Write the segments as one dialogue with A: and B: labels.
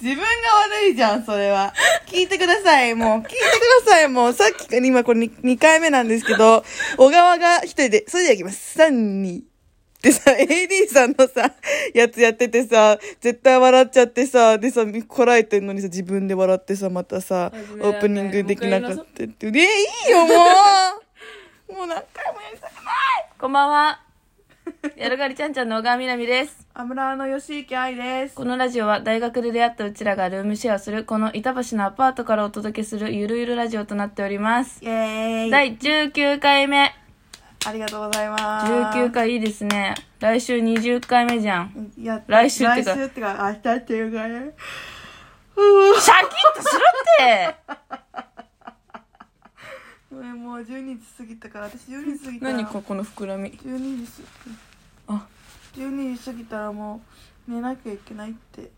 A: 自分が悪いじゃん、それは。聞いてください、もう。聞いてください、もう。さっきから今これ 2, 回目なんですけど、小川が一人で、それではいきます。3、2。でさ、AD さんのさ、やつやっててさ、絶対笑っちゃってさ、でさ、こらえてんのにさ、自分で笑ってさ、またさ
B: 真面、目
A: オ
B: だね
A: ープニングできなかったって。え、いいよ、も うもう何回もやりたくない
B: こんばんは。やるがりちゃんちゃんの小川みなみです。
A: アムラーの吉池愛です。
B: このラジオは大学で出会ったうちらがルームシェアする、この板橋のアパートからお届けするゆるゆるラジオとなっております。
A: イェーイ。
B: 第19回目。
A: ありがとうございます。
B: 19回いいですね。来週20回目じゃん。
A: いや
B: 来週ってか
A: 来週ってか、明日っていうかね。
B: シャキッとするって
A: 俺もう12時過ぎたから、私12時過ぎたら。
B: 何ここの膨らみ。
A: 12時す
B: あ、
A: 12時過ぎたらもう寝なきゃいけないって。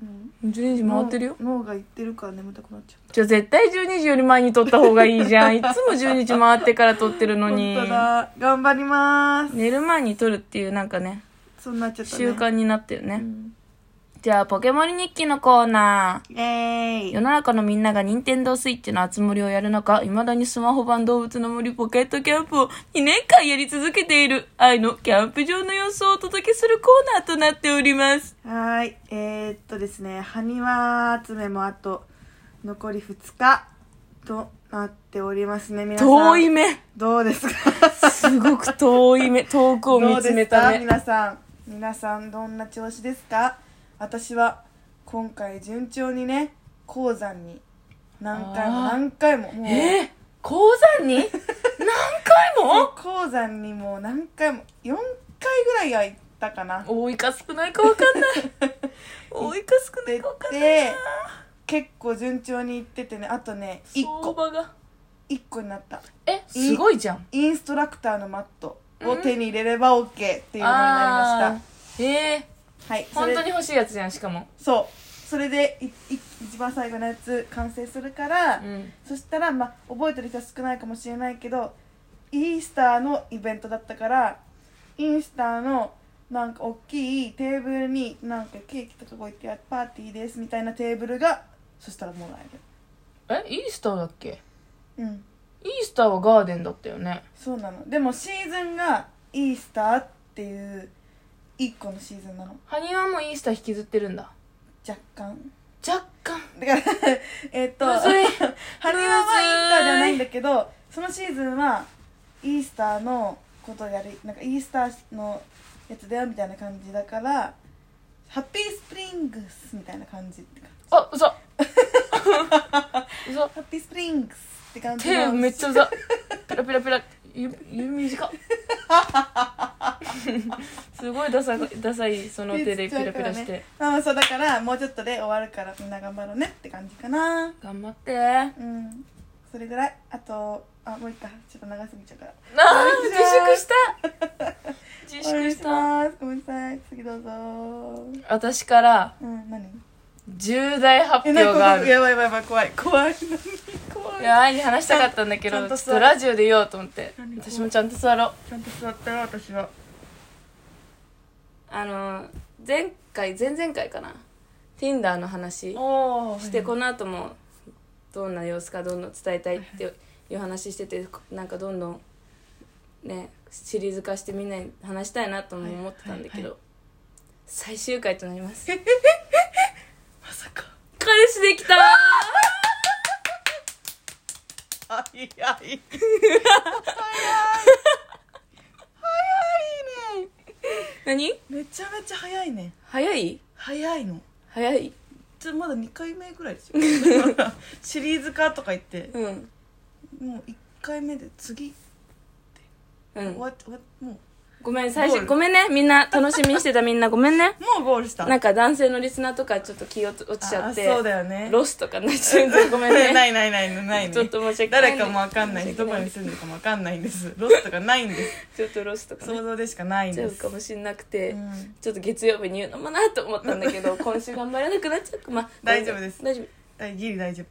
A: うん。
B: 12時回ってるよ。
A: 脳脳が言ってるから眠たくなっちゃっ
B: じゃあ絶対12時より前に撮った方がいいじ ゃん。いつも12時回ってから撮ってる
A: た。
B: のに
A: 本。当だ。頑張ります。
B: 寝る前に撮るっていうなんかね、
A: そうなっちゃったね。
B: 習慣になってるね。
A: うん。
B: じゃあ、ポケモリ日記のコーナー。
A: イェーイ。
B: 世の中のみんなが任天堂スイッチの熱盛をやる中、未だにスマホ版動物の森ポケットキャンプを2年間やり続けている愛のキャンプ場の様子をお届けするコーナーとなっております。
A: はーい、えー、っとですね、埴輪集めもあと残り2日となっておりますね、皆さん。
B: 遠い目。
A: どうですか
B: すごく遠い 目。遠くを見つめた
A: どうです
B: 目。
A: か皆さん。皆さん、どんな調子ですか私は今回順調にね、鉱山に何回も
B: あー
A: 何回も、もう、
B: えー、鉱山に何回も
A: 鉱山にもう何回も、4回ぐらいは行ったかな。
B: 多いか少ないか分かんない。 多いか少ないか分かんない。
A: で、結構順調に行っててね、あとね、1
B: 相
A: 個、
B: 場が。
A: 1個になった。
B: え、すごいじゃん。
A: インストラクターのマットを手に入れれば OK っていうのになりまし
B: したええ
A: た、はいそ
B: 本
A: れ
B: 当に欲しいやつじゃんしかも
A: そうそれでいい一番最後のやつ完成するから、
B: うん
A: そしたら、まあ、覚えてる人は少ないかもしれないけどイースターのイベントだったからインスターのなんか大きいテーブルになんかケーキとか置いてあるパーティーですみたいなテーブルがそしたらもらえ
B: えイースターだっけ
A: るうん
B: イースターはガーデンだったよね
A: そうなのでもシーズンがイースターっていう1個のシーズンなの
B: 埴輪もイースター引きずってるんだ
A: 若干
B: 若干
A: だから えっと
B: む
A: 埴
B: ずい
A: 輪はイ ースターではないんだけどそのシーズンはイースターのことをやるなんかイースターのやつだよみたいな感じだからハッピースプリングスみたいな感じってか
B: あう ざうざ
A: ハッピースプリングスって感じ
B: 手
A: の
B: めっちゃうざピラピラピラゆ指短っ すごいダサいダサいその手でピラピラして、
A: まあまあそうだからもうちょっとで終わるからみんな頑張ろうねって感じかな
B: 頑張ってな
A: うんそれぐらいあとあもういいかちょっと長すぎちゃうから
B: あ
A: お願い
B: 自
A: します
B: 粛した 自
A: お願
B: 粛
A: い
B: し
A: したますごめんなさい次どうぞ
B: 私から
A: うん何
B: 重大発
A: え
B: 表
A: なん
B: があ
A: か
B: る
A: やばいやばいやばい怖い怖い何怖
B: い
A: い
B: や愛に話したかったんだけ
A: ちゃ
B: ど
A: ん
B: ちょ
A: と
B: っ
A: 座
B: とラジオで言おうと思って
A: 何
B: 私もちゃんと座ろう
A: ちゃんと座ったよ私は
B: あの前回前々回かな Tinder の話
A: おお
B: してこの後もどんな様子かどんどん伝えたいっていう話しててなんかどんどんねシリーズ化してみんなに話したいなとも思ってたんだ
A: は
B: け
A: いはい
B: ど最終回となります
A: ええええまさか
B: 彼氏できたー
A: あいやい早い早いね
B: 何
A: めちゃめちゃ早いね
B: 早い
A: 早いの
B: 早い
A: ちょまだ2回目ぐらいですよ だからシリーズ化とか言って
B: うん
A: もう1回目で次
B: うん
A: 終わって終わってもう
B: ごめん、最
A: ゴー
B: 初、
A: ル
B: ごめんね。みんな、楽しみにしてたみんな、ごめんね。
A: もうゴールした
B: なんか男性のリスナーとかちょっと気落ちちゃって、
A: あそうだよね
B: ロスとかになっちゃう んで、ごめん
A: な
B: ね。
A: いないないないない、ね、
B: ちょっと申し訳ない
A: 誰かもわかんない
B: 申し
A: ど
B: 訳
A: こ
B: ない
A: に住んでるかもわかんないんですロスとかないんです
B: ちょっとロスとか
A: 想
B: ね
A: 像でしかないん
B: ちゃ
A: で
B: う
A: す
B: かもしんなくて、
A: うん
B: ちょっと月曜日に言うのもなと思ったんだ けど、今週頑張れなくなっちゃうか。まあ、
A: 大丈夫です
B: 大丈夫。
A: 大ギリ大丈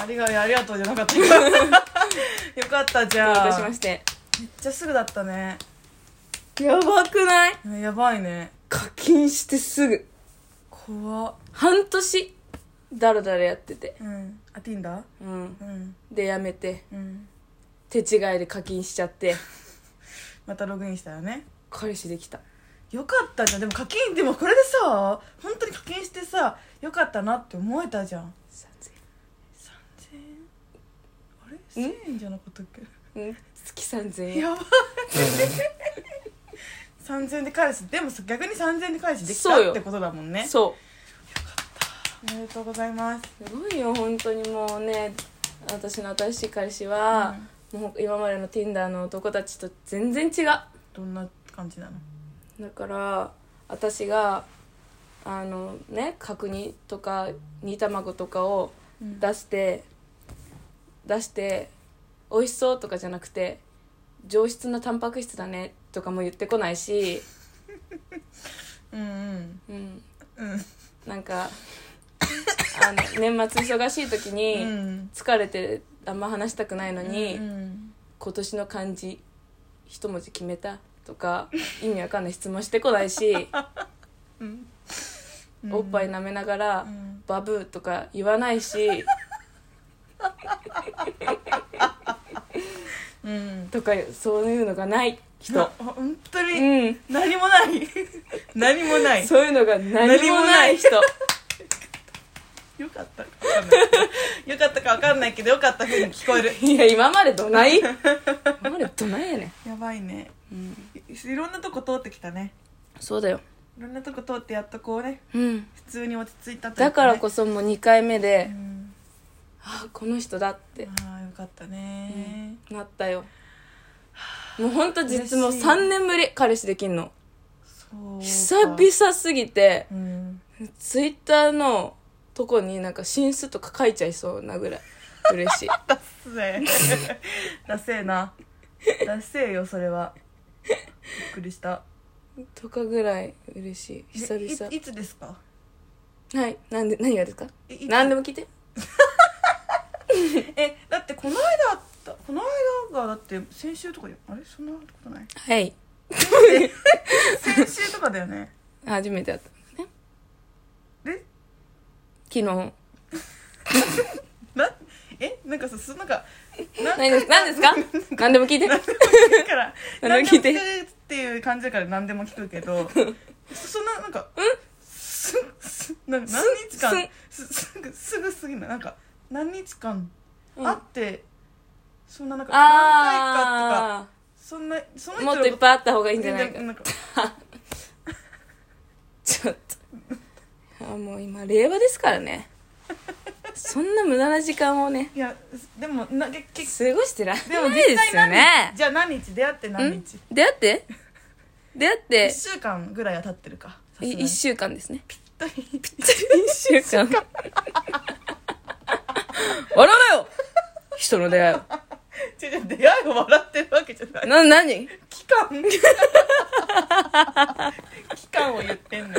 A: 夫ありがとうありがとうじゃなかった よかったじ
B: どうい
A: ゃ
B: た
A: あ
B: し
A: め
B: ま
A: っ
B: して。
A: ちゃすぐだったね
B: やばくない
A: やばいね
B: 課金してすぐ。
A: こ怖っ
B: 半年だらだらやってて
A: うんあティンダー
B: うん
A: うん
B: でやめて
A: うん
B: 手違いで課金しちゃって
A: またログインしたよね
B: 彼氏できた
A: よかったじゃんでも課金でもこれでさ本当に課金してさよかったなって思えたじゃん3000円あれ1000円じゃなかったっけ
B: 3000円うん月3000円
A: やばい3000円で返すでもさ逆に3000円で返しでき
B: そう
A: た
B: よ
A: ってことだもんね
B: そ
A: おめでとうございます
B: うすごいよ本当にもうね私の新しい彼氏は、もう今までの Tinder の男たちと全然違う
A: どんな感じなの
B: だから私があのね角煮とか煮卵とかを
A: うん
B: 出して、出して美味しそうとかじゃなくて上質なタンパク質だねとかも言ってこないし、
A: うんうん
B: うん、
A: うん
B: なんかあの年末忙しい時
A: う
B: に
A: ん
B: 疲れてあんま話したくないのに、
A: うん
B: 今年の漢字一文字決めたとか 意味わかんない質問してこないし、
A: うん
B: おっぱい舐めながら、
A: うん
B: バブーとか言わな いし
A: うん
B: とかそういうのがない人
A: あ本当
B: う
A: に
B: ん
A: 何もない 何もない
B: そういうのが何もない人
A: よかったかわかんないよかったかわかんないけどよかったふうに聞こえる
B: いや今までどない 今までどないやね
A: やばいね
B: ん、
A: いいろんなとこ通ってきたね
B: そうだよ
A: いろんなとこ通ってやっとこうね
B: うん
A: 普通に落ち着いたという
B: だから
A: ね
B: こそもう2回目で
A: う、ん
B: あこの人だって
A: ああよかったね
B: なったよもうほんと実もう
A: 嬉しい
B: 3年ぶり彼氏できんの
A: そうか
B: 久々すぎて
A: うん
B: ツイッターのとこになんか新数とか書いちゃいそうなぐらい嬉しい
A: だっせえ だっせえなだっせえよそれはびっくりした
B: とかぐらい嬉しい久々
A: えいいつですか
B: はい。なんで、何がですか
A: えいつ
B: 何でも聞いて。
A: えだってこの間あったこの間がだって先週とかよあれそんなことない
B: はい。
A: 先週とかだよね
B: 初めて会ったんですね。
A: で
B: 昨日。
A: なえなんかさすなんか何
B: 何です何ですか何でも聞いて。
A: 何でも聞くから
B: 何でも聞いて
A: 何でも聞くっていう感じだから何でも聞くけどそそんななんかすすなんか何日間すすぐすぐすぎないなんか何日間
B: うん
A: 会って、そんななんか何回かとか
B: あ
A: そんなその
B: ー。
A: 人
B: も
A: の
B: っといっ
A: い
B: ぱいあった方がいいんじゃないか。
A: なんか
B: ちょっと。あーもう今、令和ですからね。そんな無駄な時間をね、
A: いやでもな結結
B: 過ごしてられ
A: でも
B: ない
A: 実
B: ですよ
A: 際何日、
B: ね。
A: じゃあ何日出会って何
B: ん
A: 日
B: 出会って出会っ
A: 1
B: て、
A: 週間ぐらいは経ってるかさすが
B: い
A: に
B: 一週間ですね。
A: ぴったり
B: 一週間。笑わなよ人の出会いを。
A: 違う違う出会いを笑ってるわけじゃない
B: な、何い
A: 期間期間を言ってんの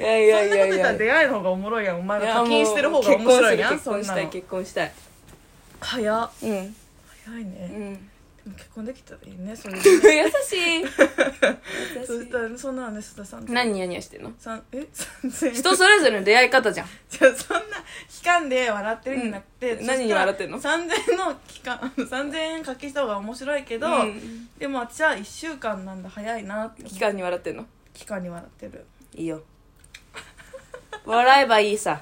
B: やい
A: そんなこと言ったら出会いの方がおもろいやんお前ら課金してる方が面白いやん
B: 結
A: そん
B: 婚し
A: な
B: たい
A: の
B: 結婚したい
A: 早っ
B: うん
A: 早いね
B: う、ん
A: でも結婚できたらいいねそれで
B: 優しい優
A: そし
B: したい
A: らそんなのね須田さん
B: 何ニヤニヤしてんの
A: さんえ3000円
B: 人それぞれの出会い方じゃん
A: じゃあそんな期間で笑ってるんじゃなくて、
B: うん何に笑ってんの
A: そしたら3000円の期間 3000円課金した方が面白いけど、
B: うん
A: でも私は1週間なんだ早いなって
B: 期間に笑ってんの
A: 期間に笑ってる
B: いい よ笑えばいいさ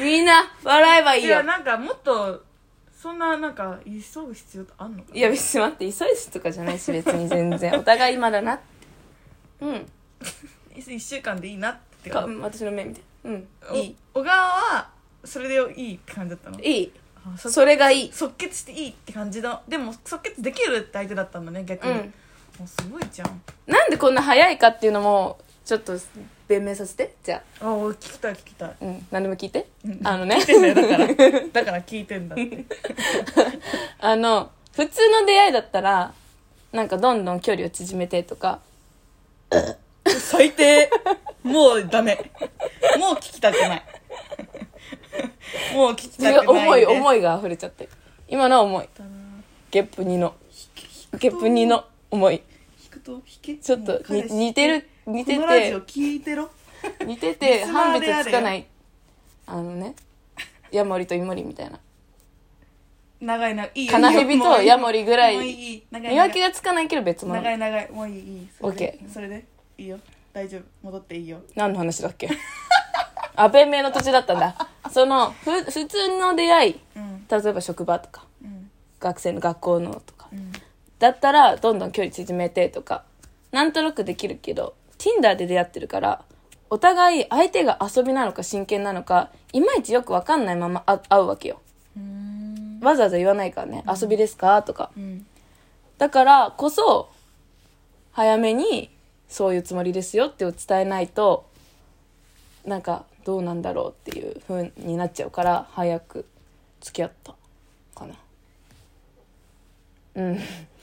B: みんな笑えばい
A: い
B: いよ
A: やなんかもっとそんななんか急ぐ必要ってあんのかない
B: や別に待って急いでとかじゃないし別に 全然お互い今だなってうん
A: 1週間でいいなって
B: か私の目見てうん
A: お
B: いい
A: 小川はそれでいいって感じだったの
B: いい
A: あそ
B: それがいい
A: 即決していいって感じのでも即決できるって相手だったんだね逆
B: う
A: に、
B: ん
A: もうすごいじゃん
B: なんでこんな早いかっていうのもちょっと弁明させてじゃ
A: あー聞きたい聞きたい
B: あ、うん、何でも聞いて
A: うん
B: あのね
A: 聞いてんだよだ からだから聞いてんだって
B: あの普通の出会いだったらなんかどんどん距離を縮めてとか
A: 最低もうダメもう聞きたくないもう聞き
B: 違
A: た
B: う
A: くない
B: 思い
A: い
B: 思いが溢れちゃって今のは思いゲップ2のゲップ2の思い
A: 聞くと聞け
B: ちょっとに似てる似て
A: このラジオ
B: て
A: 聞いてろ
B: 似てて
A: リスナ
B: 判
A: ーであれ
B: 別つ
A: よ
B: かないあのねヤモリとイモリみたいな
A: 長いな、いいよ。
B: カナヘビとヤモリぐらい
A: もういい。長い
B: 見
A: 長い
B: 分けがつかないけど別物
A: 長い長い。もういい、いい。それで
B: OK
A: それで、いいよ。大丈夫。戻っていいよ。
B: 何の話だっけ あ弁明の途中だったんだそのふ普通の出会い
A: うん。
B: 例えば職場とか
A: うん。
B: 学生の学校のとか
A: うん。
B: だったらどんどん距離縮めてとかなんとなくできるけど Tinder で出会ってるからお互い相手が遊びなのか真剣なのかいまいちよく分かんないままあ会うわけよ
A: うん。
B: わざわざ言わないからね遊びですかとか
A: うん。
B: だからこそ早めにそういうつもりですよって伝えないとなんかどうなんだろうっていう風になっちゃうから早く付き合ったかなうん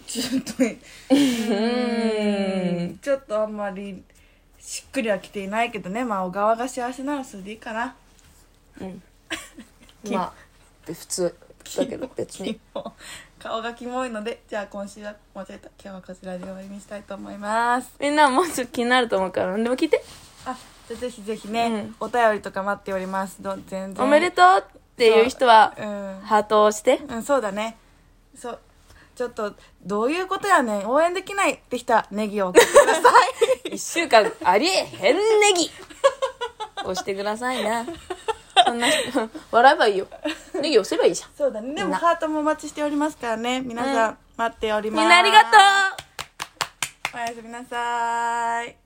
A: ちょっとね、うーんちょっとあんまりしっくりはきていないけどね、まあ小川が幸せならそれでいいかな。
B: まあ普通だけど別に
A: 顔がキモいので、じゃあ今週は間違えた。今日はこちらで終わりにしたいと思います。
B: みんなもうちょっと気になると思うから何でも聞いて
A: あ、じゃあぜひぜひね、
B: う
A: お
B: ん
A: 便りとか待っております。ど全然。
B: おめでとうっていう人は
A: うん。
B: ハートを押して
A: うん、そうだね。そう。ちょっと、どういうことやねん。応援できないって人はネギ を送ってください。
B: 1週間ありえへんねぎ押してくださいねそんな人笑えばいいよネギ押せばいいじゃん
A: そうだね。で
B: みん
A: も
B: な
A: ハートもお待ちしておりますからね。皆さん、
B: うん
A: 待っております。
B: みんなありがとう
A: おやすみなさーい。